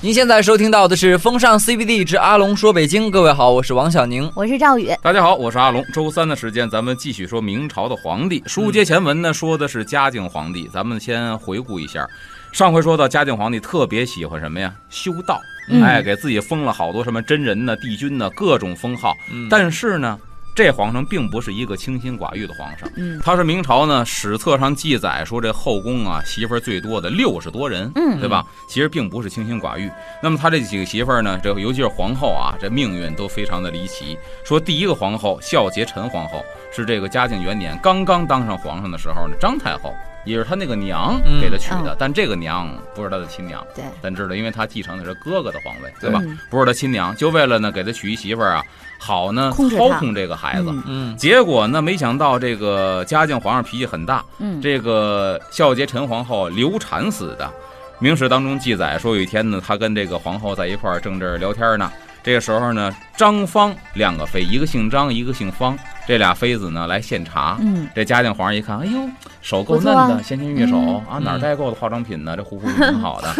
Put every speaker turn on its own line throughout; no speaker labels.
您现在收听到的是《风尚 CBD 之阿龙说北京》，各位好，我是王小宁。
我是赵宇，
大家好，我是阿龙。周三的时间，咱们继续说明朝的皇帝。书接前文呢，说的是嘉靖皇帝。咱们先回顾一下，上回说到嘉靖皇帝特别喜欢什么呀？修道，
嗯
哎，给自己封了好多什么真人呢、帝君呢，各种封号。
嗯
但是呢，这皇上并不是一个清心寡欲的皇上，
嗯
他是明朝呢史册上记载说这后宫啊媳妇儿最多的六十多人，
嗯
对吧？其实并不是清心寡欲。那么他这几个媳妇儿呢，这尤其是皇后啊，这命运都非常的离奇。说第一个皇后孝节陈皇后是这个嘉靖元年刚刚当上皇上的时候呢，张太后。也是他那个娘
嗯
给他娶的，但这个娘不是他的亲娘，
对，
咱知道，因为他继承的是哥哥的皇位，对吧？
嗯
不是他亲娘，就为了呢给他娶一媳妇儿啊，好呢
控制
操
他
控这个孩子。
嗯
嗯
结果呢，没想到这个嘉靖皇上脾气很大，
嗯，
这个孝节陈皇后流产死的。明史当中记载说，有一天呢，他跟这个皇后在一块儿正这儿聊天呢。这个时候呢，张方两个妃，一个姓张，一个姓方，这俩妃子呢来献茶。
嗯
这嘉靖皇上一看，哎呦，手够
不
嫩
错啊
的，纤纤玉手
嗯
啊，哪儿
嗯
代购的化妆品呢？这护肤品挺 好的。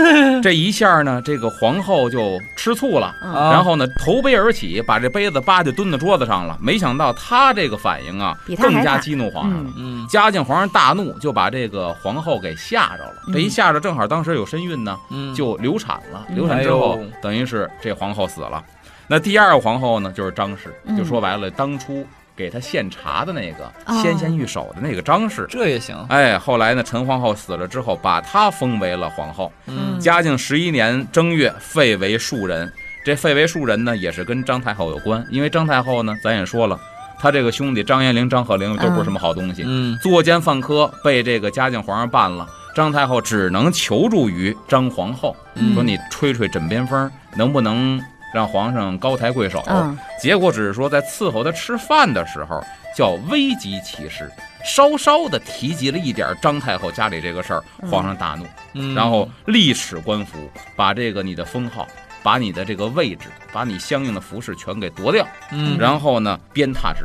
这一下呢，这个皇后就吃醋了，
嗯，
啊
然后呢，头杯而起，把这杯子叭就蹲在桌子上了。没想到他这个反应啊
比，他还
更加
大
激怒皇上了。
嗯
嘉靖皇上大怒，就把这个皇后给吓着了。这一
嗯
吓着，正好当时有身孕呢，
嗯
就流产了。
嗯
流产之后
哎呦，
等于是这皇后死了。那第二个皇后呢，就是张氏，
嗯
就说白了，当初给她献茶的那个
哦
纤纤玉手的那个张氏。
这也行。
哎，后来呢，陈皇后死了之后，把她封为了皇后。
嗯
嘉靖十一年正月，废为庶人。这废为庶人呢，也是跟张太后有关，因为张太后呢，咱也说了，她这个兄弟张延龄、张鹤龄都不是什么好东西，
嗯
作奸犯科，被这个嘉靖皇上办了。张太后只能求助于张皇后，
嗯
说你吹吹枕边风，能不能让皇上高抬贵手？
嗯
结果只是说在伺候他吃饭的时候叫危及其事，稍稍的提及了一点张太后家里这个事儿，
嗯
皇上大怒。
嗯
然后力使官服，把这个你的封号，把你的这个位置，把你相应的服饰全给夺掉，
嗯
然后呢鞭挞之，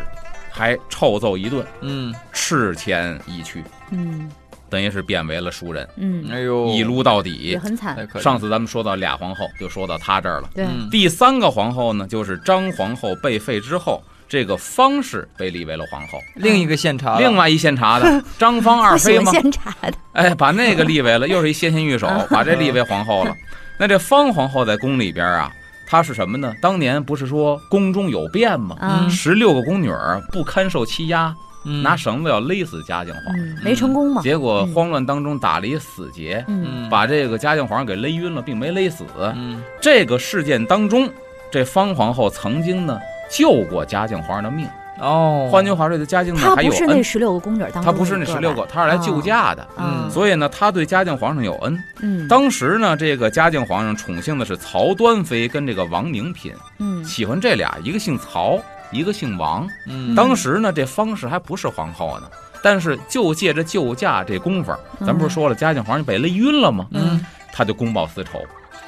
还臭揍一顿，
嗯
斥钱一去，
嗯
等于是变为了熟人，
嗯，
哎呦
一撸到
也
底。
很惨
太，可怜
上次咱们说到俩皇后，就说到她这儿了。
对，
嗯
第三个皇后呢，就是张皇后被废之后，这个方氏被立为了皇后。
另一个现查了，
另外一献 茶的张方
不
二
喜
妃
欢
吗？
献茶的，
哎，把那个立为了，又是一纤纤玉手，
嗯
把这立为皇后了。那这方皇后在宫里边啊，她是什么呢？当年不是说宫中有变吗？
啊，
十六个宫女儿不堪受欺压，
嗯
拿绳子要勒死嘉靖皇上，
嗯，没成功嘛，
结果慌乱当中打了一死结，
嗯
嗯
把这个嘉靖皇上给勒晕了，并没勒死。
嗯
这个事件当中，这方皇后曾经呢救过嘉靖皇上的命。
哦，
换句话说，对嘉靖呢
她
还有
不是那
恩，
十六个宫女儿当中的一吧，
她不是那十六个，她是来救驾的。
啊，
所以呢，她对嘉靖皇上有恩。
嗯，
当时呢，这个嘉靖皇上宠幸的是曹端妃跟这个王宁嫔，
嗯
喜欢这俩，一个姓曹，一个姓王。
嗯
当时呢，这方氏还不是皇后呢，但是就借着救驾这功夫儿，咱不是说了，嘉靖皇上被勒晕了吗？
嗯
他就公报私仇，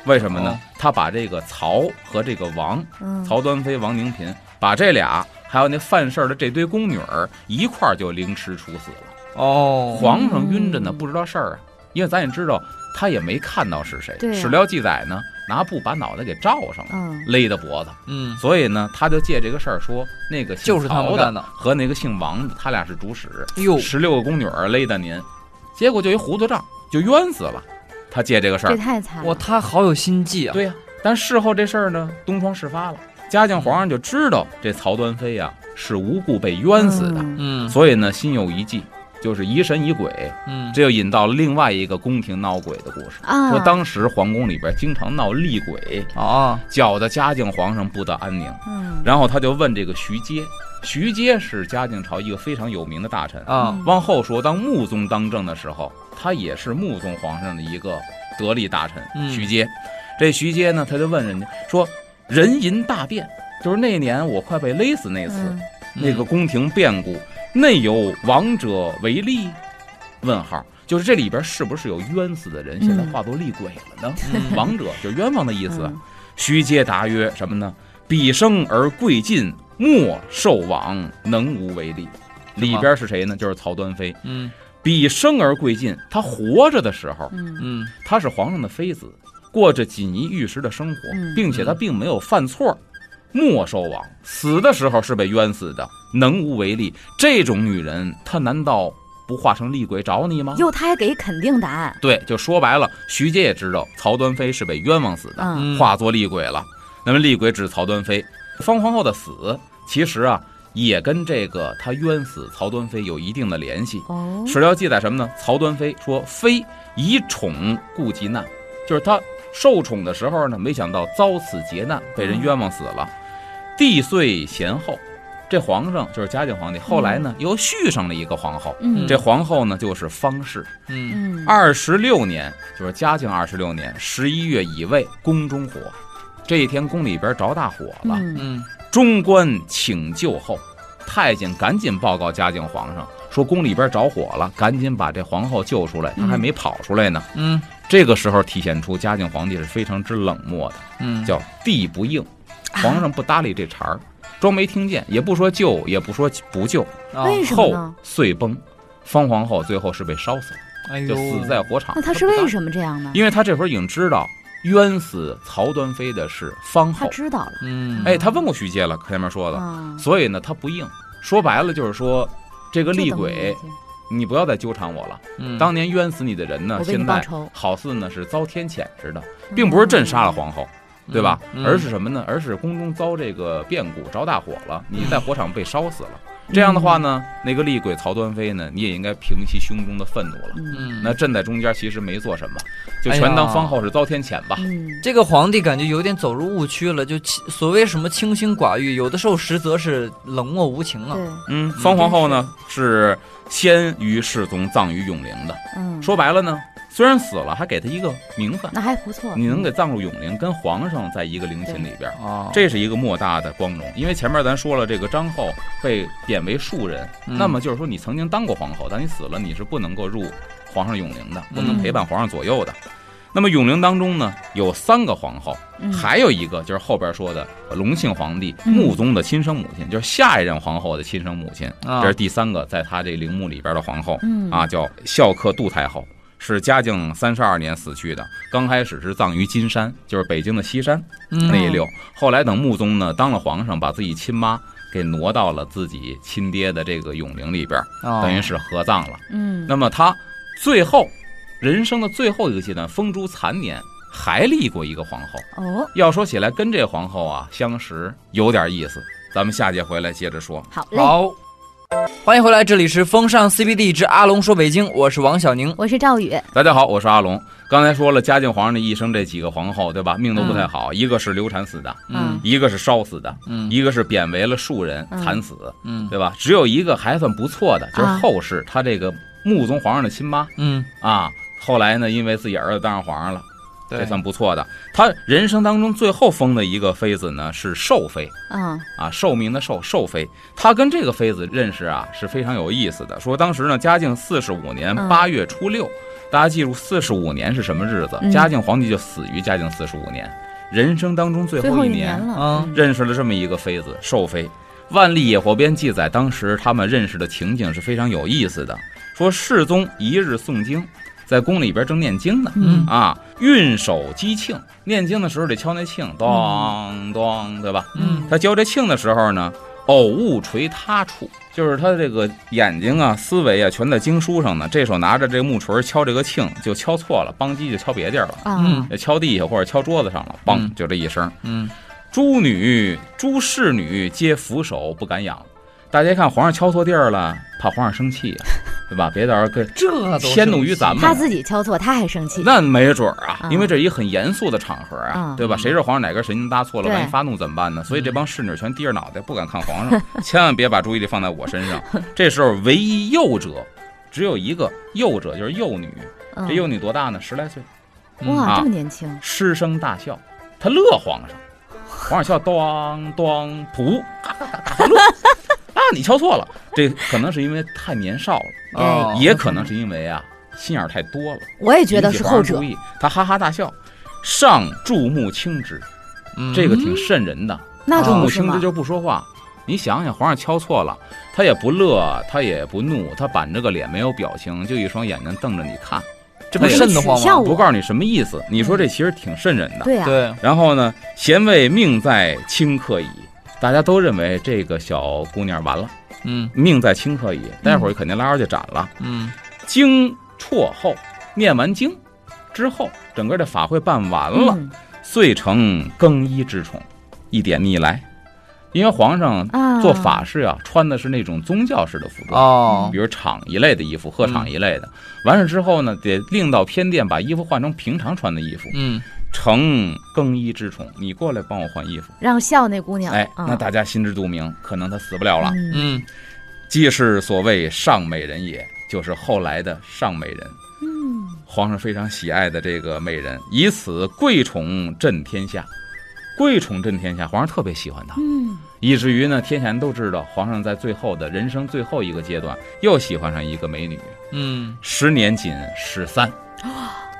为什么呢
哦？
他把这个曹和这个王，
嗯，
曹端妃、王宁嫔，把这俩还有那犯事儿的这堆宫女儿一块儿就凌迟处死了。
哦
皇上晕着呢，
嗯
不知道事儿啊，因为咱也知道他也没看到是谁。
对啊
史料记载呢，拿布把脑袋给罩上了，
嗯
勒的脖子。
嗯
所以呢，他就借这个事儿说，那个姓
就是他
曹
们
的
干的，
和那个姓王的，他俩是主使，
哟
十六个宫女儿勒的您，结果就一糊涂账，就冤死了。他借这个事
这
儿，
太惨
哇，
了，
他好有心计啊，
对呀、但事后这事儿呢，东窗事发了，嘉靖皇上就知道这曹端妃呀、是无故被冤死的，
嗯
嗯
所以呢，心有一计，就是疑神疑鬼，
嗯
这又引到了另外一个宫廷闹鬼的故事。
啊，
说当时皇宫里边经常闹厉鬼，
哦
搅得嘉靖皇上不得安宁。
嗯
然后他就问这个徐阶，徐阶是嘉靖朝一个非常有名的大臣。
嗯
啊
往后说，当穆宗当政的时候，他也是穆宗皇上的一个得力大臣。
嗯
徐阶，这徐阶呢，他就问人家说：“人淫大变，就是那年我快被勒死那次，
嗯
那个宫廷变故，内有亡者为例？问号，就是这里边是不是有冤死的人？现在
嗯
化作厉鬼了呢？
嗯
亡者就是冤枉的意思。
嗯
虚阶答曰：什么呢？彼生而贵尽，莫受往，能无为力。里边是谁呢？就是曹端妃。
嗯
彼生而贵尽，她活着的时候，
嗯
嗯
她是皇上的妃子，过着锦衣玉食的生活，
嗯
并且他并没有犯错。没收网，死的时候是被冤死的，能无为力。这种女人，她难道不化成厉鬼找你吗？
哟，他还给肯定答案，
对，就说白了，徐阶也知道曹端妃是被冤枉死的，
嗯
嗯
化作厉鬼了。那么厉鬼指曹端妃，方皇后的死其实啊也跟这个她冤死曹端妃有一定的联系。
哦，
史料记载什么呢？曹端妃说：“妃以宠故极难，就是她受宠的时候呢，没想到遭此劫
哦
难，被人冤枉死了。帝岁贤后，这皇上就是嘉靖皇帝。后来呢，又续上了一个皇后，
嗯
这皇后呢就是方氏。
嗯
嗯
二十六年，就是嘉靖二十六年十一月乙未，宫中火。这一天，宫里边着大火了。
嗯
嗯
中官请救后，太监赶紧报告嘉靖皇上，说宫里边着火了，赶紧把这皇后救出来，她还没跑出来呢。
嗯
这个时候体现出嘉靖皇帝是非常之冷漠的，
嗯，
叫地不应，
啊
皇上不搭理这茬儿，装没听见，也不说救，也不说不救，
啊
为什么
后
呢？
遂崩。方皇后最后是被烧死，
哎呦，
就死在火场。
那他是
不搭
为什么这样呢？
因为他这会儿已经知道冤死曹端妃的是方
他
后，
知道了，
嗯
哎，他问过徐阶了，前面说的，
啊，
所以呢，他不应。说白了就是说，这个
就
厉
等于
鬼
已，经
你不要再纠缠我了。
嗯
当年冤死你的人
我
呢，
为你
现
报
在
仇，
好似呢是遭天谴似的，啊并不是朕杀了皇后，对吧？
嗯
而是什么呢？而是宫中遭这个变故，着大火了，你在火场被烧死了。
嗯
这样的话呢，那个厉鬼曹端妃呢，你也应该平息胸中的愤怒了。
嗯，
嗯，
那朕在中间其实没做什么，就
哎呀
全当方后是遭天谴吧。
嗯，
这个皇帝感觉有点走入误区了，就清所谓什么清心寡欲，有的时候实则是冷漠无情啊。
对，
嗯，方皇后呢是先于世宗，葬于永陵的。
嗯，
说白了呢，虽然死了，还给他一个名分，
那还不错，
你能给葬入永陵，跟皇上在一个陵寝里边，
哦，
这是一个莫大的光荣。因为前面咱说了，这个张后被贬为庶人，
嗯
那么就是说你曾经当过皇后，但你死了，你是不能够入皇上永陵的，不
嗯
能陪伴皇上左右的。那么永陵当中呢，有三个皇后，
嗯
还有一个就是后边说的隆庆皇帝
嗯
穆宗的亲生母亲，就是下一任皇后的亲生母亲，
啊
这是第三个在他这陵墓里边的皇后
嗯
啊，叫孝克杜太后，是嘉靖三十二年死去的。刚开始是葬于金山，就是北京的西山那
嗯
一溜。后来等穆宗呢当了皇上，把自己亲妈给挪到了自己亲爹的这个永陵里边，
哦
等于是合葬了。
嗯，
那么他最后人生的最后一个阶段，风烛残年，还立过一个皇后。
哦，
要说起来，跟这皇后啊相识有点意思，咱们下节回来接着说。
好嘞，
好。欢迎回来，这里是风尚 CBD 之阿龙说北京，我是王小宁。
我是赵宇，
大家好，我是阿龙。刚才说了，嘉靖皇上的一生这几个皇后，对吧？命都不太好，一个是流产死的，
嗯
一个是烧死的，
嗯
一个是贬为了庶人
嗯
惨死，
嗯
对吧？只有一个还算不错的，就是
啊
后世他这个穆宗皇上的亲妈
嗯，
啊。后来呢，因为自己儿子当上皇上了，
对
这算不错的。他人生当中最后封的一个妃子呢是寿妃，
嗯
啊，寿命的寿，寿妃，她跟这个妃子认识啊是非常有意思的。说当时呢，嘉靖四十五年
嗯
八月初六，大家记住四十五年是什么日子？
嗯
嘉靖皇帝就死于嘉靖四十五年，人生当中最
最
后
后
一
一
年，
了，
啊
嗯
认识了这么一个妃子寿妃。《万历野火编》记载，当时他们认识的情景是非常有意思的。说世宗一日诵经，在宫里边正念经呢，
嗯
啊，运手击磬，念经的时候得敲那磬，咚咚，对吧？
嗯
他教这庆的时候呢，偶误垂他处，就是他这个眼睛啊、思维啊，全在经书上呢。这手拿着这个木锤敲这个庆，就敲错了，邦叽就敲别地儿了，
啊，
就敲地下或者敲桌子上了，梆
嗯
就这一声。
嗯
诸女、诸侍女皆俯首不敢仰。大家一看皇上敲错地儿了，怕皇上生气呀、对吧？别到时候跟
这
都迁怒于咱们
他自己敲错，他还生气，
那没准儿啊
啊，
因为这是一很严肃的场合啊
啊，
对吧？谁是皇上哪根神经搭错了，
对嗯
万一发怒怎么办呢？所以这帮侍女全低着脑袋，不敢看皇上，千万别把注意力放在我 身上。这时候唯一幼者。只有一个幼者，就是幼女。
嗯
这幼女多大呢？十来岁，
哇，
哎
嗯
啊
这么年轻，
失声大笑，她乐皇上，皇上笑，咚咚噗，咔咔咔咔她乐啊！你敲错了，这可能是因为太年少了，
哦
哎也可能是因为啊心眼儿太多了。
我也觉得是后
引起
者
皇上注，意，他哈哈大笑，上注目轻之，
嗯
这个挺瘆人的。
那
注
可
哦
目
不是
轻
嘛
之，就不说话。你想想，皇上敲错了，他也不乐，他也不怒，他板着个脸没有表情，就一双眼睛瞪着你看，
这不
哎呀
瘆得慌
取笑
吗？
我嗯
不告诉你什么意思，你说这其实挺瘆人的。
对呀、
对，
然后呢，贤位命在顷刻矣，大家都认为这个小姑娘完了，
嗯
命在顷刻矣，待会儿肯定拉出去斩了。
嗯
经辍后，念完经之后，整个这法会办完了，
嗯
遂成更衣之宠，一点逆来，因为皇上
啊，
做法事啊，穿的是那种宗教式的服装。
哦
比如厂一类的衣服，鹤厂一类的，完事之后呢，得另到偏殿把衣服换成平常穿的衣服，
嗯
成更衣之宠。你过来帮我换衣服，
让笑那姑娘，
哎，
嗯
那大家心知肚明，可能她死不了了。
嗯
嗯
既是所谓上美人也，就是后来的上美人。
嗯，
皇上非常喜爱的这个美人，以此贵宠震天下，贵宠震天下，皇上特别喜欢她，
嗯，
以至于呢，天下人都知道皇上在最后的人生最后一个阶段又喜欢上一个美女，
嗯，
时年仅十三，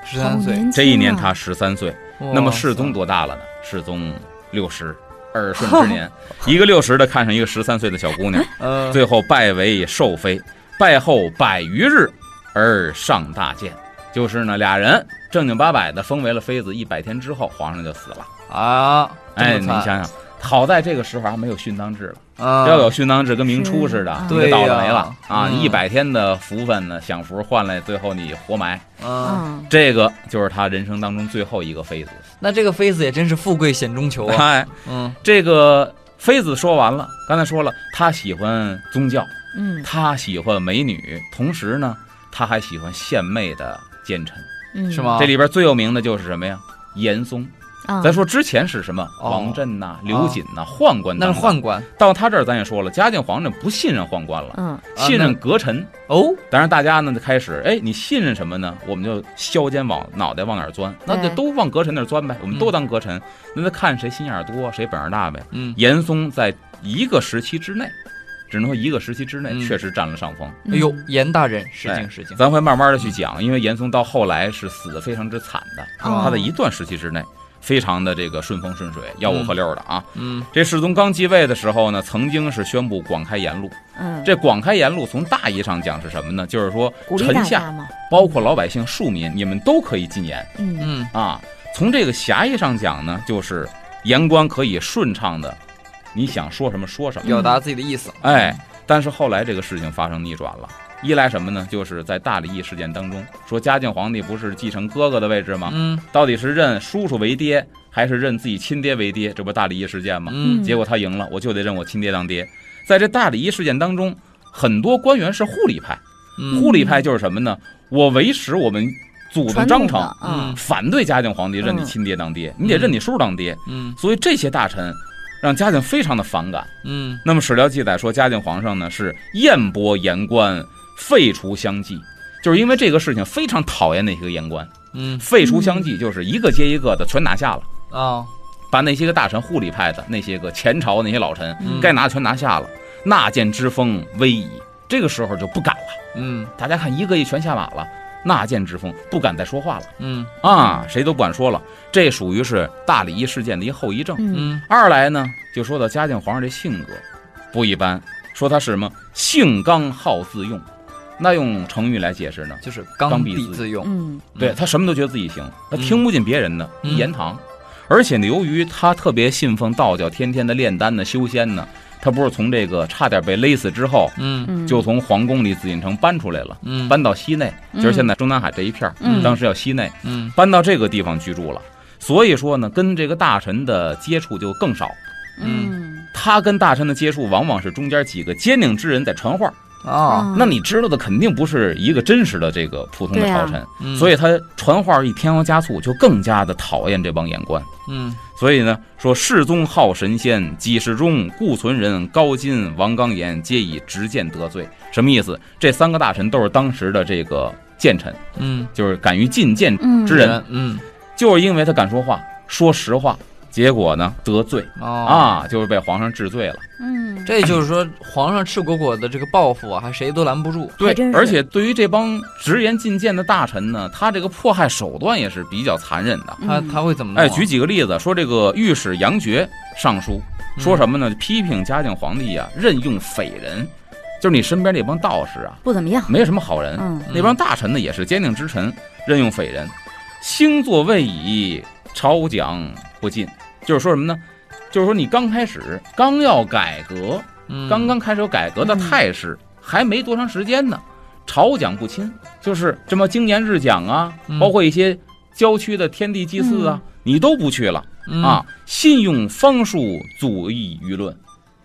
十三岁，
好
这一年
年轻啊
她十三岁，
哇
那么世宗
塞
多大了呢？世宗六十，耳顺之 年，一个六十的看上一个十三岁的小姑娘，
呃
最后拜为寿妃，拜后百余日而上大见，就是呢，俩人正经八百的封为了妃子，一百天之后皇上就死了。
啊，这么
哎，你
惨
想想，好在这个时候还没有殉当制了，
啊，
要有殉当制跟明初似的，
是
你就
对呀
倒了霉了啊！
嗯
一百天的福分呢，享福换来最后你活埋，
嗯，
嗯，
这个就是他人生当中最后一个妃子。
那这个妃子也真是富贵险中求啊，
哎，
嗯
这个妃子说完了，刚才说了，她喜欢宗教。
嗯
他喜欢美女，同时呢，他还喜欢献媚的奸臣。
嗯，
是吗
这里边最有名的就是什么呀？严嵩。
啊？
咱说之前是什么？
哦
王振呐、刘瑾呐、宦官
那
等
是
等。
宦官
到他这儿，咱也说了，嘉靖皇上不信任宦官了，
嗯，
啊
信任
那
阁臣。
哦，
当然，大家呢就开始，哎，你信任什么呢？我们就削尖往脑袋往哪儿钻，那就
对
都往阁臣那儿钻呗。我们都
嗯
当阁臣，那就看谁心眼儿多，谁本事大呗。
嗯，
严嵩在一个时期之内，只能说一个时期之内，
嗯
确实占了上风。
嗯
哎呦，严大人，失
哎
敬失敬，
咱会慢慢的去讲，因为严嵩到后来是死的非常之惨的，
哦
他在一段时期之内非常的这个顺风顺水，吆五喝六的啊。
嗯
这世宗刚继位的时候呢，曾经是宣布广开言路。
嗯，
这广开言路从大义上讲是什么呢？就是说
鼓励
臣
大
下
家嘛，
包括老百姓庶民，你们都可以禁言
嗯
嗯
啊。从这个狭义上讲呢，就是言官可以顺畅的，你想说什么说什么。
表达自己的意思，
哎，但是后来这个事情发生逆转了。依赖什么呢？就是在大礼议事件当中，说嘉靖皇帝不是继承哥哥的位置吗？
嗯
到底是认叔叔为爹，还是认自己亲爹为爹？这不大礼议事件吗？
嗯
结果他赢了，我就得认我亲爹当爹。在这大礼议事件当中，很多官员是护理派，
嗯
护理派就是什么呢？我维持我们祖宗
传
章
统
程，
的嗯
反对嘉靖皇帝认你亲爹当爹，你得认你叔叔当爹。
嗯
所以这些大臣让嘉靖非常的反感。
嗯
那么史料记载说，嘉靖皇上呢是宴拨言官，废除相继，就是因为这个事情非常讨厌那些个言官，
嗯
废除相继就是一个接一个的全拿下了，
啊，
把那些个大臣护理派的那些个前朝那些老臣
嗯
该拿全拿下了，纳谏之风威矣，这个时候就不敢了。
嗯
大家看一个一全下马了，纳谏之风不敢再说话了
嗯
啊，谁都不敢说了，这属于是大礼仪事件的一后遗症。
嗯
嗯
二来呢，就说到嘉靖皇上这性格不一般，说他是什么性刚好自用，那用成语来解释呢？
就是
刚
刚
愎
愎
自
自用，
嗯
对
嗯
他什么都觉得自己行，他
嗯
听不进别人的
嗯
一言堂，而且呢，由于他特别信奉道教，天天的炼丹呢、修仙呢，他不是从这个差点被勒死之后，
嗯
嗯，
就从皇宫里紫禁城搬出来了，
嗯
搬到西内，就是
嗯
现在中南海这一片儿，
嗯
当时叫西内，
嗯
搬到这个地方居住了。所以说呢，跟这个大臣的接触就更少。
嗯
他跟大臣的接触往往是中间几个奸佞之人在传话，
啊，
那你知道的肯定不是一个真实的这个普通
嗯
的
对啊
朝臣，
嗯
所以他传话一添油加醋，就更加的讨厌这帮言官。
嗯
所以呢，说世宗好神仙，几世中固存人高金、王刚言皆以直谏得罪，什么意思？这三个大臣都是当时的这个谏臣，
嗯
就是敢于进谏，
嗯
之人
嗯
就是因为他敢说话，说实话，结果呢得罪
哦。
啊，就是被皇上治罪了。
嗯，
这就是说，皇上赤果果的这个报复啊，还谁都拦不住。
还真是
而且对于这帮直言进谏的大臣呢，他这个迫害手段也是比较残忍的。
他
嗯
他会怎么弄啊？
哎，举几个例子，说这个御史杨觉上书
嗯
说什么呢？批评嘉靖皇帝啊，任用匪人，就是你身边那帮道士啊，
不怎么样，
没有什么好人。
嗯
那帮大臣呢，也是奸佞之臣，任用匪人，星座未已，朝讲不进。就是说什么呢？就是说你刚开始，刚要改革，
嗯
刚刚开始有改革的态势，还没多长时间呢，朝讲不亲，就是这么经年日讲啊，
嗯
包括一些郊区的天地祭祀啊，你都不去了。
嗯
啊，信用方术阻抑舆论，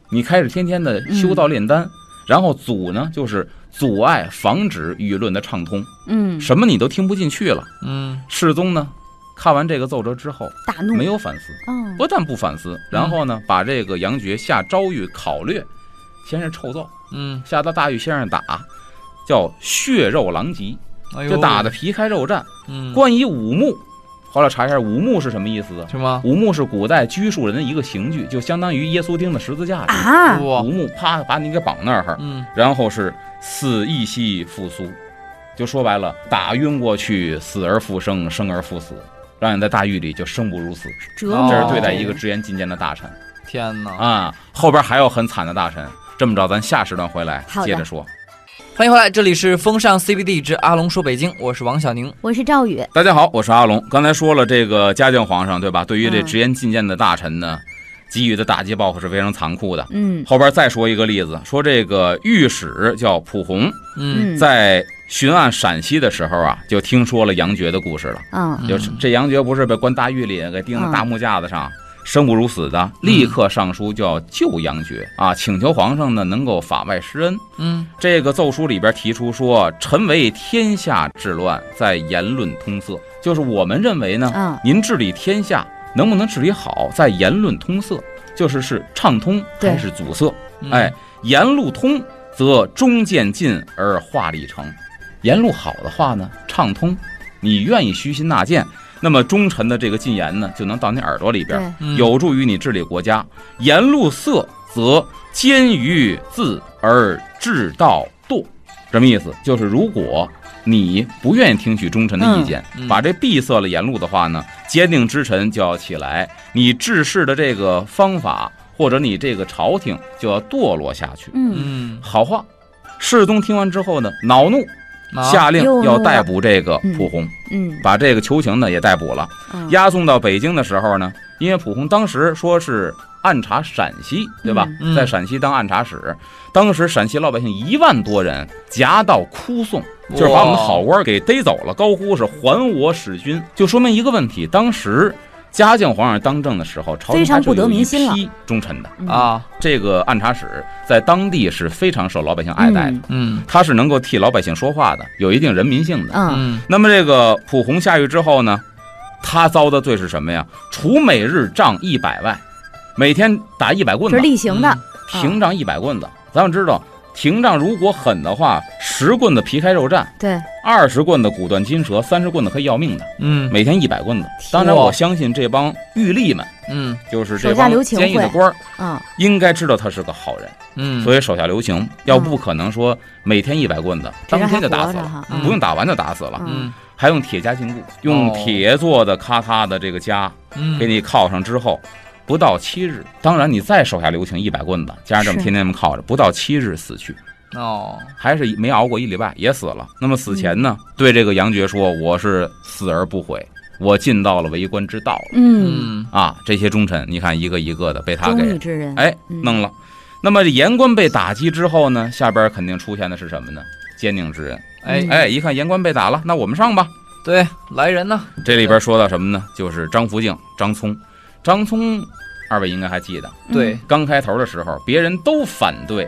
你开始天天的修道炼
嗯
丹，然后阻呢就是阻碍防止舆论的畅通，
嗯，
什么你都听不进去了。
嗯
世宗呢，看完这个奏折之后
大怒
没有反思，
嗯
不但不反思，然后呢把这个杨觉下诏狱考略，先是臭揍，
嗯，
下到大狱先是打，叫血肉狼藉，
哎呦，
这打的皮开肉绽。
嗯
冠以五木，后来查一下五木是什么意思啊？
是吗？
五木是古代拘束人的一个刑具，就相当于耶稣钉的十字架似
啊，
的。
哇
五，木啪把你给绑那儿，
嗯
然后是死亦息复苏，就说白了，打晕过去，死而复生，生而复死，让你在大狱里就生不如死。
折
哦
磨，
这是对待一个直言进谏的大臣
天哪！
啊。后边还有很惨的大臣，这么着，咱下时段回来
好的
接着说。
欢迎回来，这里是风尚 CBD 之阿龙说北京，我是王小宁。
我是赵宇，
大家好，我是阿龙。刚才说了这个嘉靖皇上，对吧？对于这
嗯
直言进谏的大臣呢，给予的打击报复是非常残酷的。
嗯
后边再说一个例子，说这个御史叫溥洪，
嗯
嗯，
在巡按陕西的时候啊，就听说了杨觉的故事了。
嗯
就是这杨觉不是被关大狱里，给钉在
嗯
大木架子上，生不如死的，立刻上书就要救杨觉啊，请求皇上呢能够法外施恩。
嗯
这个奏书里边提出说，臣为天下治乱，在言论通塞，就是我们认为呢，
嗯
您治理天下能不能治理好，在言论通塞，就是是畅通
对
还是阻塞？
嗯
哎，言路通则忠谏尽而话理成，言路好的话呢，畅通，你愿意虚心纳谏，那么忠臣的这个进言呢，就能到你耳朵里边，
对，
嗯
有助于你治理国家。言路塞则奸于自而治道惰，什么意思？就是如果你不愿意听取忠臣的意见，
嗯嗯
把这闭塞了言路的话呢，坚定之臣就要起来，你治世的这个方法或者你这个朝廷就要堕落下去。
嗯
嗯，
好话，世宗听完之后呢，恼怒，
啊
下令
又怒
要
了
逮捕这个
嗯
溥洪，
嗯
把这个求情呢也逮捕了。
嗯，
押送到北京的时候呢，因为溥洪当时说是暗查陕西，对吧？
嗯
在陕西当暗查使，当时陕西老百姓一万多人夹道哭送，
哇
就是把我们的好官给逮走了，高呼是还我使君，就说明一个问题：当时嘉靖皇上当政的时候，朝廷
非常
还是
不得
有一
民心了
批忠臣的，
嗯，
啊，
这个暗查使在当地是非常受老百姓爱戴的，
嗯
嗯
他是能够替老百姓说话的，有一定人民性的。
嗯
嗯
那么这个溥洪下狱之后呢，他遭的罪是什么呀？除每日杖一百外，每天打一百棍
这
子
是，例行的，
嗯
廷杖一百棍子。咱们知道，廷杖如果狠的话，十棍子皮开肉绽，
对，
二十棍子骨断筋折，三十棍子可以要命的。
嗯
每天一百棍子。当然，我相信这帮狱吏们，
嗯
就是这
手下
帮
留情
监狱的
会
官儿，
嗯
应该知道他是个好人，
嗯，
所以手下留情，要不可能说每天一百棍子，
这嗯人
当
还
天就打
活
死
着
了，
哈，
嗯
不用打完就打死了。
嗯
还用铁夹禁锢，用铁做的咔咔的这个夹
嗯
给你铐上之后，不到七日，当然你再手下留情一百棍子，加上这么
是
天天这么铐着，不到七日死去，
哦，
还是没熬过一礼拜也死了。那么死前呢，对这个杨觉说：“我是死而不悔，我尽到了为官之道了
嗯，
嗯
啊！”这些忠臣，你看一个一个的被他
忠义
给
之人，
哎
嗯
弄了。那么这言官被打击之后呢，下边肯定出现的是什么呢？坚定之人。
哎
嗯
哎，一看言官被打了，那我们上吧。
对，来人呐，
这里边说到什么呢？就是张福敬、张聪、张聪，二位应该还记得，
嗯
对，
刚开头的时候，别人都反对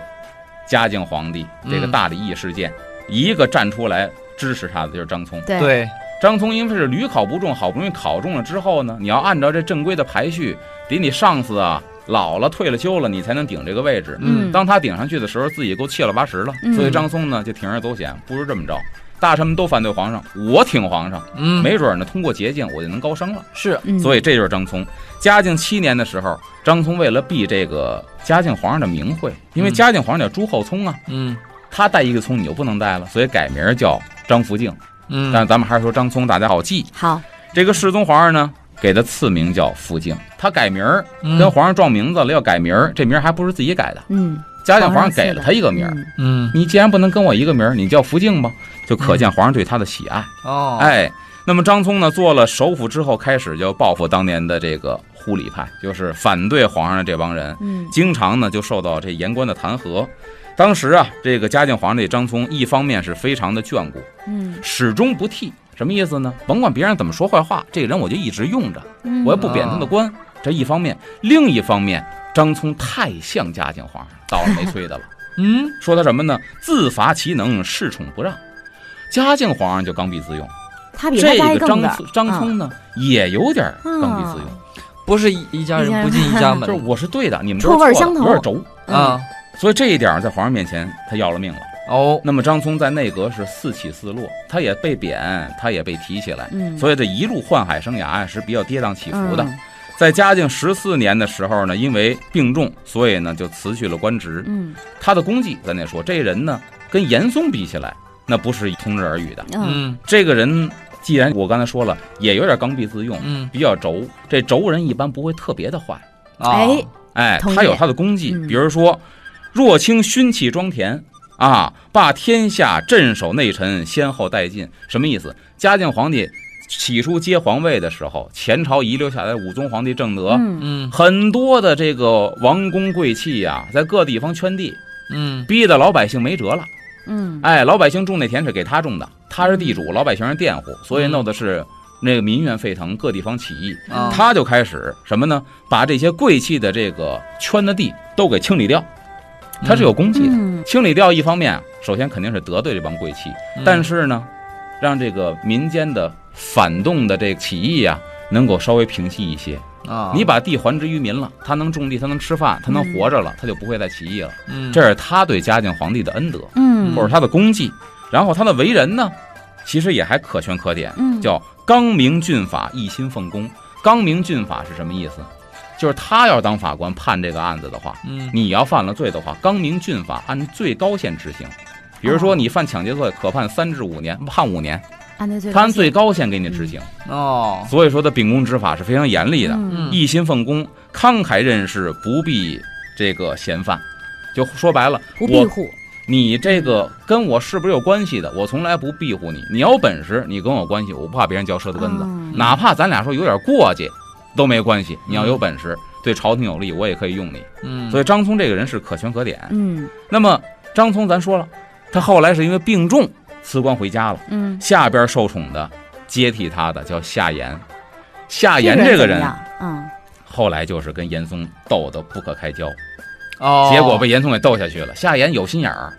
嘉靖皇帝这个
嗯
大礼义事件，一个站出来支持他的就是张聪。
对，
对，
张聪因为是屡考不中，好不容易考中了之后呢，你要按照这正规的排序，得你上司啊老了退了休了，你才能顶这个位置。
嗯，
当他顶上去的时候，自己够七老八十了，
嗯
所以张聪呢就铤而走险，不如这么着，大臣们都反对皇上，我挺皇上，
嗯，
没准儿呢通过捷径我就能高升了。
是，
嗯
所以这就是张聪。嘉靖七年的时候，张聪为了避这个嘉靖皇上的名讳，因为
嗯
嘉靖皇上叫朱厚熜啊，
嗯
他带一个聪你就不能带了，所以改名叫张福敬。
嗯，
但咱们还是说张聪，大家好记。
好，
这个世宗皇上呢，给他赐名叫福敬，他改名儿
嗯
跟皇上撞名字了，要改名儿，这名儿还不是自己改的。
嗯
嘉靖皇上给了他一个名儿，
嗯
嗯
你既然不能跟我一个名儿，你叫福靖吧，就可见皇上对他的喜爱。
哦，
哎，那么张聪呢，做了首辅之后，开始就报复当年的这个护理派，就是反对皇上的这帮人，
嗯
经常呢就受到这言官的弹劾。当时啊，这个嘉靖皇上对张聪，一方面是非常的眷顾，
嗯
始终不替，什么意思呢？甭管别人怎么说坏话，这个人我就一直用着，
嗯，
我也不贬他的官，这一方面。另一方面，张聪太像嘉靖皇上，倒了霉催的了。
嗯
说他什么呢？自伐其能，恃宠不让。嘉靖皇上就刚愎自用，
他比他
这
该
个
更嗯
张
的
聪张聪呢、也有点
嗯
刚愎自用，
不是一一家
一家
人
人
不进一家门
就是我是对的，你们
臭
都
味儿
是错
相
的，
投
有点轴。
嗯
啊
所以这一点儿在皇上面前他要了命了。
哦，
那么张聪在内阁是四起四落，他也被贬，他也被提起来，
嗯，
所以这一路宦海生涯啊是比较跌宕起
以
伏的。在嘉靖十四年的时候呢，因为病重，所以呢就辞去了官职。
嗯
他的功绩，咱得说，这人呢跟严嵩比起来，那不是通日而语的。
嗯
嗯
这个人既然我刚才说了，也有点刚愎自用，
嗯
比较轴。这轴人一般不会特别的坏，
啊，
哎
哎，
同意
他有他的功绩，
嗯
比如说若卿勋气庄田啊，把天下镇守内臣，先后殆尽。什么意思？嘉靖皇帝起初接皇位的时候，前朝遗留下来的武宗皇帝正德。
嗯
嗯
很多的这个王公贵戚呀、在各地方圈地，
嗯
逼得老百姓没辙了。
嗯
哎，老百姓种那田是给他种的，他是地主，老百姓是佃户，所以
嗯
弄的是那个民怨沸腾，各地方起义。
嗯
啊，
他就开始什么呢？把这些贵气的这个圈的地都给清理掉，他是有功绩的。
嗯
清理掉一方面，首先肯定是得罪这帮贵气，
嗯
但是呢，让这个民间的反动的这个起义啊，能够稍微平息一些。
啊，
你把地还之于民了，他能种地，他能吃饭，他能
嗯
活着了，他就不会再起义了。
嗯
这是他对嘉靖皇帝的恩德。
嗯，
或者他的功绩，然后他的为人呢，其实也还可圈可点，
嗯
叫刚明俊法，一心奉公。刚明俊法是什么意思？就是他要当法官判这个案子的话，
嗯
你要犯了罪的话，刚明俊法按最高限执行。比如说
哦
你犯抢劫罪，可判三至五年，判五年，
按那最
他按最高限给你执行。
哦
所以说他秉公执法是非常严厉的。
嗯
一心奉公，慷慨任事，不必这个嫌犯。就说白了，
不
我
庇护，
你这个跟我是不是有关系的？我从来不庇护你，你有本事你跟我有关系，我不怕别人嚼舌头根子，
嗯
哪怕咱俩说有点过节都没关系。你要有本事，对朝廷有利，我也可以用你。
嗯，
所以张聪这个人是可圈可点。
嗯
那么张聪，咱说了，他后来是因为病重辞官回家了，
嗯，
下边受宠的接替他的叫夏言。夏
大
言这个人
嗯，
后来就是跟严嵩斗得不可开交，
哦，
结果被严嵩给斗下去了。夏言有心眼儿，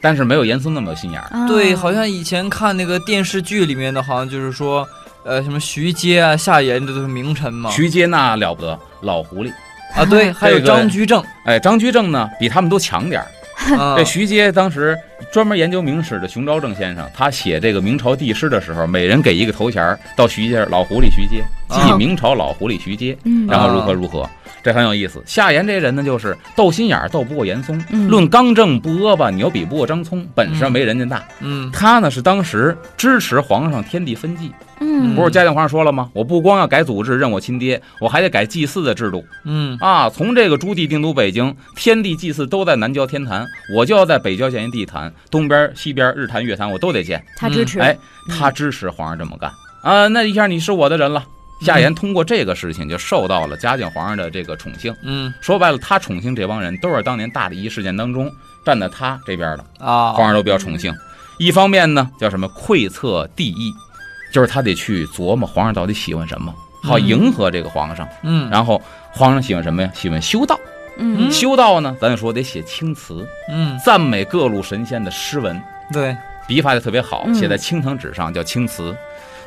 但是没有严嵩那么有心眼儿。
啊
对，好像以前看那个电视剧里面的，好像就是说，呃，什么徐阶啊、夏言，这都是名臣嘛。
徐阶那了不得，老狐狸。
啊， 对，还有
这个
张居正。
哎，张居正呢，比他们都强点儿。
啊
这徐阶当时专门研究明史的熊昭正先生，他写这个明朝帝师的时候，每人给一个头衔儿，到徐阶老狐狸徐阶，即
啊
明朝老狐狸徐阶，
嗯，
然后如何如何，这很有意思。夏言这人呢，就是斗心眼儿，斗不过严嵩。
嗯
论刚正不阿吧，你又比不过张聪，本事
嗯
没人家大。
嗯
他呢是当时支持皇上天地分祭，
嗯，
不是嘉靖皇上说了吗？我不光要改祖制，认我亲爹，我还得改祭祀的制度。
嗯
啊，从这个朱棣定都北京，天地祭祀都在南郊天坛，我就要在北郊建一地坛，东边、西边、日坛、月坛我都得建。
他支持，嗯
哎，他支持皇上这么干啊，那一下你是我的人了。夏言通过这个事情就受到了嘉靖皇上的这个宠幸。
嗯
说白了，他宠幸这帮人都是当年大礼仪事件当中站在他这边的，
啊，
皇上都比较宠幸。一方面呢，叫什么窥测帝意，就是他得去琢磨皇上到底喜欢什么，好
嗯
迎合这个皇上。
嗯
然后皇上喜欢什么呀？喜欢修道。
嗯
嗯
修道呢，咱就说得写青词，
嗯，
赞美各路神仙的诗文，
对，
笔法也特别好，
嗯
写在青藤纸上叫青词。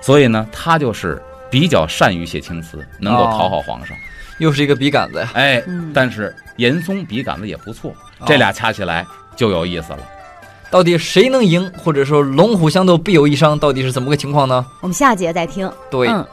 所以呢，他就是比较善于写青词，能够讨好皇
哦
上。
又是一个笔杆子呀。
哎，
嗯
但是严嵩笔杆子也不错，
哦
这俩掐起来就有意思了。
啊到底谁能赢，或者说龙虎相斗必有一伤，到底是怎么个情况呢？
我们下节再听。
对，
嗯，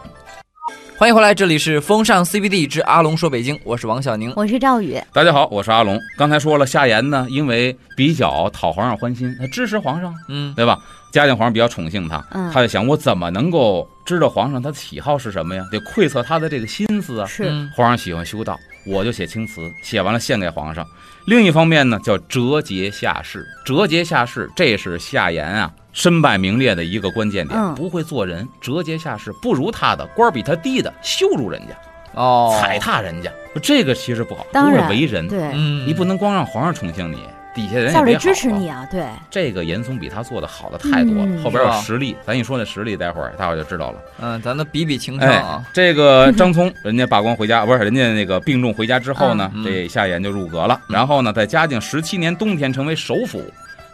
欢迎回来，这里是风尚 CBD 之阿龙说北京，我是王小宁。
我是赵宇，
大家好，我是阿龙。刚才说了，夏言呢，因为比较讨皇上欢心，他支持皇上，
嗯
对吧？嘉靖皇上比较宠幸他，
嗯
他就想我怎么能够知道皇上他的喜好是什么呀？得窥测他的这个心思啊。
是
嗯
皇上喜欢修道，我就写青词，写完了献给皇上。另一方面呢，叫折节下士，折节下士，这是夏言啊身败名裂的一个关键点，
嗯
不会做人，折节下士，不如他的官儿比他低的，羞辱人家，
哦，
踩，踏人家，这个其实不好，
当
不是
然
为人，
对，
嗯，
你不能光让皇上宠幸你，底下人也
下
别
边
好
支持
了
你啊，对，
这个严嵩比他做的好的太多了，
嗯
后边
是
有
吧
实力，咱一说那实力，待会儿大伙儿就知道了。
嗯，咱们比比情商
哎
啊，，
这个张聪，人家罢官回家，不是 人家那个病重回家之后呢，
嗯
这夏言就入阁了，
嗯
然后呢，在嘉靖十七年冬天成为首辅，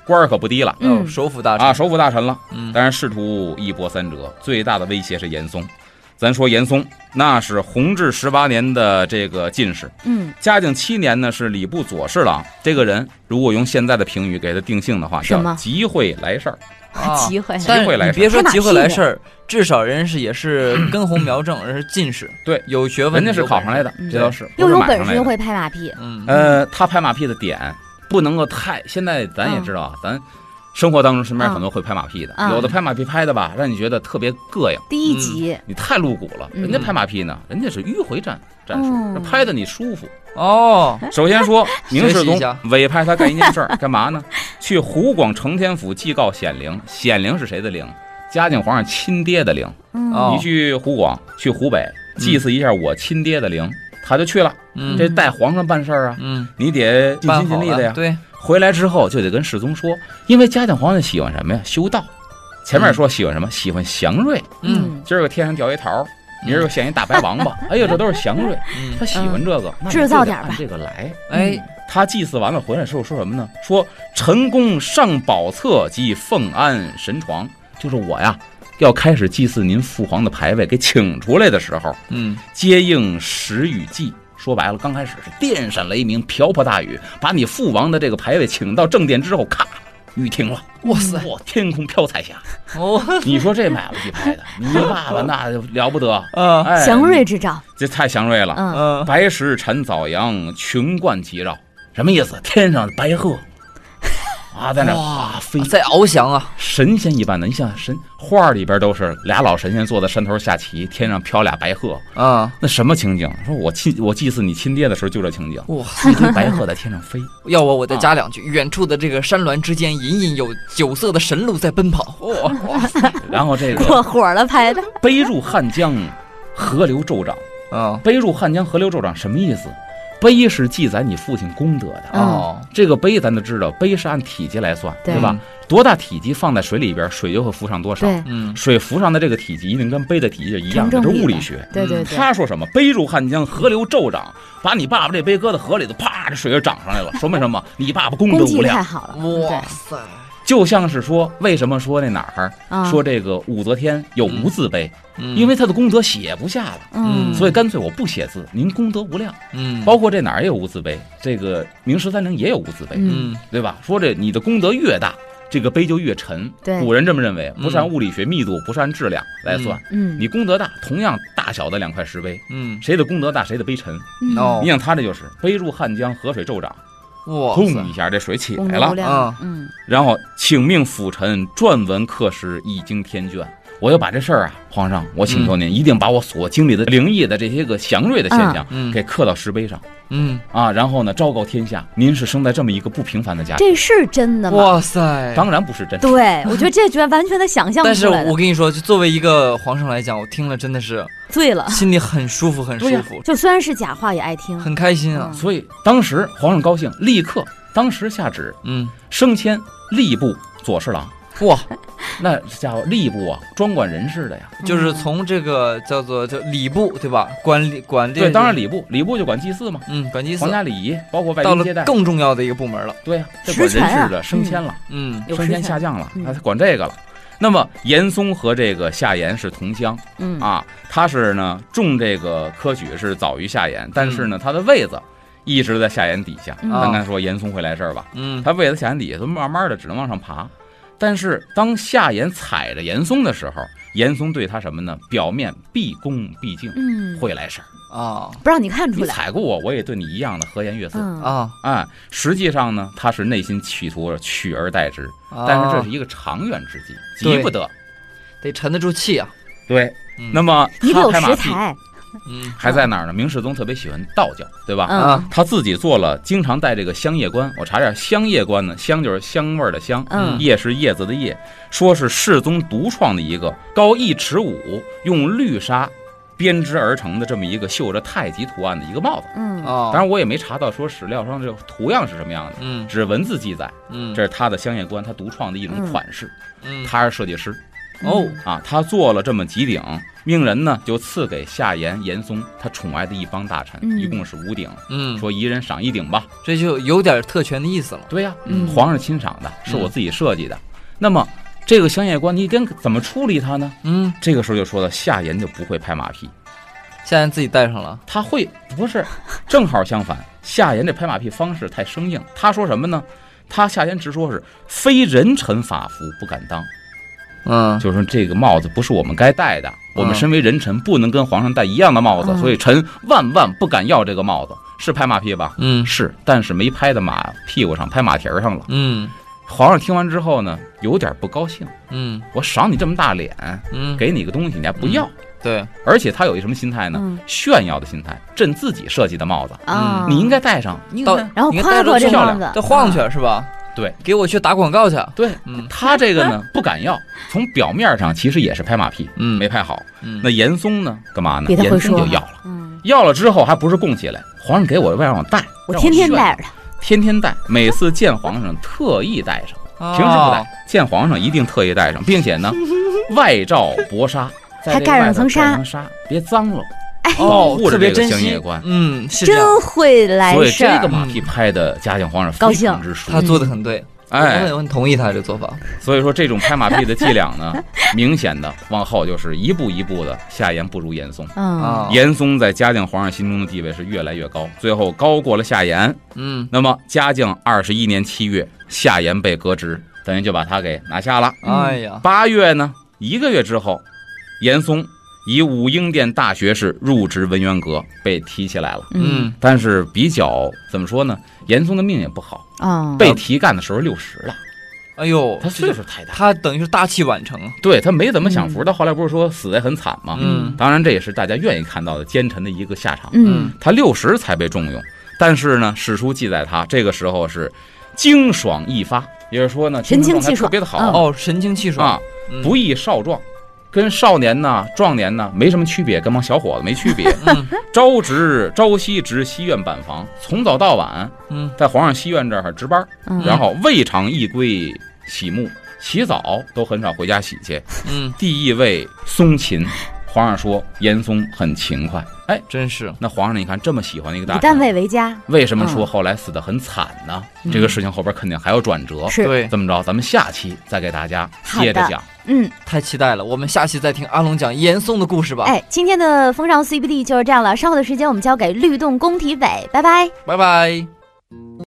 官儿可不低了。
哦，
嗯
首辅大臣
啊，，首辅哎大臣了，
嗯，
当然仕途一波三折，最大的威胁是严嵩。咱说严嵩，那是弘治十八年的这个进士，
嗯，
嘉靖七年呢是礼部左侍郎。这个人如果用现在的评语给他定性的话，
什么
叫极会来事儿。
啊
机会，
但
会
是
来
你
事
别
儿
说
拍马
机会
屁
来
的
事儿，至少人是也是根红苗 正，人是进士，
对，
有学问，
人家是
有
考
本
上来
事，
的，
嗯
这倒是
又
不是
有
买
本
上
事
来
又
的。
会拍马屁，
嗯，
呃，他拍马屁的点不能够太，现在咱也知道，啊，咱生活当中身边
嗯
很多会拍马屁的，
嗯
有的拍马屁拍的吧，让你觉得特别膈应，
第一
嗯
集，
你太露骨了。
嗯
人家拍马屁呢，人家是迂回战战术，
嗯
这拍的你舒服。
哦，
哎
首先 说明世
学习
宗
一下
委派他干一件事儿，干嘛呢？去湖广承天府祭告显灵，显灵是谁的灵？嘉靖皇上亲爹的灵。
嗯，
哦
你去湖广，去湖北祭祀一下我亲爹的灵，他就去了。
嗯
这代皇上办事儿啊，
嗯，
你得尽
办
心
好
尽力的
了，
呀。
对，
回来之后就得跟世宗说，因为嘉靖皇帝喜欢什么呀？修道。前面说喜欢什么？喜欢祥瑞。
嗯
嗯，
今儿个天上掉一桃儿，明儿个现一大白王八。哎呦，这都是祥瑞。
嗯，
他喜欢这个，那你就
制
得
造点儿吧
按这个来。
哎，
他祭祀完了回来之后说什么呢？说陈公上宝册及奉安神床，就是我呀，要开始祭祀您父皇的牌位，给请出来的时候，
嗯，
接应时雨季。说白了，刚开始是电闪雷鸣、瓢泼大雨，把你父王的这个牌位请到正殿之后，咔，雨停了，
哇塞，
哇，天空飘彩霞。
哦，
你说这买了几拍的？你爸爸那就了不得，
啊，
哎，
嗯祥瑞之兆，
这太祥瑞了。
嗯，
嗯，
白石产早阳，群冠齐绕，什么意思？天上的白鹤啊，在那哇飞，
在翱翔啊，
神仙一般的。你想神画里边都是俩老神仙坐在山头下棋，天上飘俩白鹤，
啊，
那什么情景？说我亲我祭祀你亲爹的时候就这情景，
哇，
一堆白鹤在天上 飞。
要我我再
啊
加两句，远处的这个山峦之间，隐隐有酒色的神鹿在奔跑，哇，
然后这个
过火了拍 的，
背入汉江，河流骤涨。
啊，
背入汉江河流骤涨什么意思？碑是记载你父亲功德的。
嗯
哦，
这个碑咱都知道，碑是按体积来算，
对
对吧？多大体积放在水里边，水就会浮上多少。
对，
嗯，
水浮上的这个体积一定跟碑的体积是一样的，
成
这
正
是
比
物理
的
学。
对对对，
他说什么？背入汉江，河流骤涨，把你爸爸这碑搁到河里头，啪，这水就涨上来了，说明什么？你爸爸功德
功绩
无
太
量。
好了，
嗯哇
对，
塞，
就像是说，为什么说那哪儿、
啊，
说这个武则天有无字碑？因
为，
为他的功德写不下了，
嗯，
所以干脆我不写字，您功德无量。
嗯，
包括这哪儿也有无字碑，这个明十三陵也有无字碑，
嗯，
嗯，
对吧？说这你的功德越大，这个碑就越沉。
对
古人这么认为，
嗯
不是按物理学密度，不是按质量来算。
嗯，
你功德大，同样大小的两块石碑，
嗯，
谁的功德大，谁的碑沉。
嗯
哦
你想他这就是碑入汉江，河水骤涨，
哇塞
砰一下这水起
功德
来
无
了，啊
量，嗯，
然后请命辅臣撰文刻诗，一经天卷。我要把这事儿啊，皇上，我请求您一定把我所经历的灵异的这些个祥瑞的现象
嗯
给刻到石碑上。
嗯，
啊，然后呢，昭告天下，您是生在这么一个不平凡的家庭。
这是真的吗？
哇塞，
当然不是真的，
对，我觉得这绝完全的想象不
但是
出来的
我，跟你说，就作为一个皇上来讲，我听了真的是
醉了，
心里很舒服，很舒
对呀
服，
就虽啊然是假话也爱听，嗯
很开心啊。
所以当时皇上高兴，立刻当时下旨
嗯，
升迁吏部左侍郎。
哇，
那家伙吏部啊，专管人事的呀。
嗯
就是从这个叫做叫礼部对吧？管理管这
对，当然礼部，礼部就管祭祀嘛，
嗯管祭祀
皇，家礼仪，包括外
到
宾接
了
待。
更重要的一个部门了。
对呀、这
实
管人
权
事
啊
的升迁了，
嗯
有
升
时
迁
辰
下降了，
嗯
啊他管这个了。那么严嵩和这个夏言是同乡
嗯
啊，他是呢中这个科举是早于夏言，但是呢他的位子一直在夏言底下。
嗯
咱
啊
刚才说严嵩会来事儿吧，
嗯
他为了夏言底下，他慢慢的只能往上爬。但是当夏言踩着严嵩的时候，严嵩对他什么呢？表面毕恭毕敬，
嗯，
会来事儿。
啊
不让你看出
你
来，
踩过我，我也对你一样的和颜悦色。
嗯
啊，
哎，实际上呢，他是内心企图着取而代之，
啊
嗯但是这是一个长远之计，
对
急不得。
得沉得住气啊。
对
嗯，
那么
你得
他
有
拍马
食
屁，
材，
嗯，
还在哪儿呢？明世宗特别喜欢道教，对吧？
啊
嗯
他自己做了，经常带这个香叶观。我查一下，香叶观呢，香就是香味儿的香，
嗯
叶是叶子的叶，说是世宗独创的一个高一尺五，用绿纱编织而成的这么一个绣着太极图案的一个帽子。
嗯
哦，
当然，我也没查到说史料上这个图样是什么样的，
嗯
只是文字记载。
嗯，
这是他的香叶观，他独创的一种款式。
嗯
他是设计师
哦
嗯
啊，他做了这么几顶，命人呢就赐给夏言、严嵩他宠爱的一帮大臣，
嗯
一共是五顶，
嗯，
说一人赏一顶吧。
这就有点特权的意思了。
对呀、嗯
嗯
皇上亲赏的，是我自己设计的。那么这个香叶观，你跟怎么处理它呢？
嗯，
这个时候就说到夏言就不会拍马屁，
夏言自己带上了。
他会不是，正好相反，夏言这拍马屁方式太生硬。他说什么呢？他夏言直说是非人臣法服不敢当，
嗯
就是说这个帽子不是我们该戴的。我们
嗯
身为人臣，不能跟皇上戴一样的帽子，
嗯
所以臣万万不敢要这个帽子。是拍马屁吧？
嗯
是，但是没拍到马屁股上，拍马蹄儿上了。
嗯
皇上听完之后呢，有点不高兴。
嗯
我赏你这么大脸，
嗯，
给你个东西你还不要，
对，
而且他有一什么心态呢？
嗯
炫耀的心态，朕自己设计的帽子，
啊，
你应该戴上。你
到
看，
然后
你
夸
看
夸这
漂
帽
亮
子，
这晃去是吧？
嗯对，
给我去打广告去。
对
嗯
他这个呢不敢要，从表面上其实也是拍马屁，
嗯
没拍好。
嗯
那严嵩呢，干嘛呢？
比他
严
会
嵩
说
就
哈
要了，
嗯，
要了之后还不是供起来，皇上给我，为让我戴，
我
让
天天
炫
戴着它，
天天戴，每次见皇上特意戴上。
哦
平
平时不戴，见皇上一定特意戴上，并 且呢，外罩薄纱，在这
还盖上层纱
外头盖上纱，别脏了，
哎，
保
哦，
护
特
着
别
这个
珍
香
惜
叶观。
嗯，是这样，
真会来
所以
事
这个
儿，
马屁拍的嘉靖皇上
哎啊高
非
兴
常之舒
他
服，
做的很对，
哎，
我很同意他这做法。
所以说这种拍马屁的伎俩 呢，明显的往后就是一步一步的夏言不如严嵩，
嗯，
啊，
严嵩在嘉靖皇上心中的地位是越来越高，最后高过了夏言。
嗯
那么嘉靖二十一年七月，夏言被革职，等于就把他给拿下了。
嗯
哎呀，
八月呢，一个月之后，严嵩以武英殿大学士入职文渊阁，被提起来了。
嗯
但是比较怎么说呢？严嵩的命也不好，
啊，
被提干的时候六十了，
哎呦，
他岁数太大，嗯
他等于是大器晚成。啊
对他没怎么享福。到后来不是说死得很惨吗？
嗯
当然，这也是大家愿意看到的奸臣的一个下场。
嗯，
他六十才被重用，但是呢，史书记载他这个时候是精爽一发，也就是说呢，
神清
精神状态
气爽
特别的好
嗯
哦，神清气爽
啊。，不易少壮，跟少年呐、壮年呐、没什么区别，跟帮小伙子没区别。
嗯
朝值朝夕值西院板房，从早到晚
嗯
在皇上西院这儿值班，
嗯
然后未尝一归洗沐，洗澡都很少回家洗去。
嗯，
第一位松禽，皇上说严嵩很勤快。哎，
真是
那皇上你看这么喜欢的一个
以
大
单
臣，
位为家，
为什么说
嗯
后来死得很惨呢？
嗯
这个事情后边肯定还有转折。
是，
对，
这么着，咱们下期再给大家接着
好的
讲。
嗯，
太期待了。我们下期再听阿龙讲严嵩的故事吧。
哎，今天的风尚 CBD 就是这样了，稍后的时间我们交给律动工体委，拜拜。
拜拜。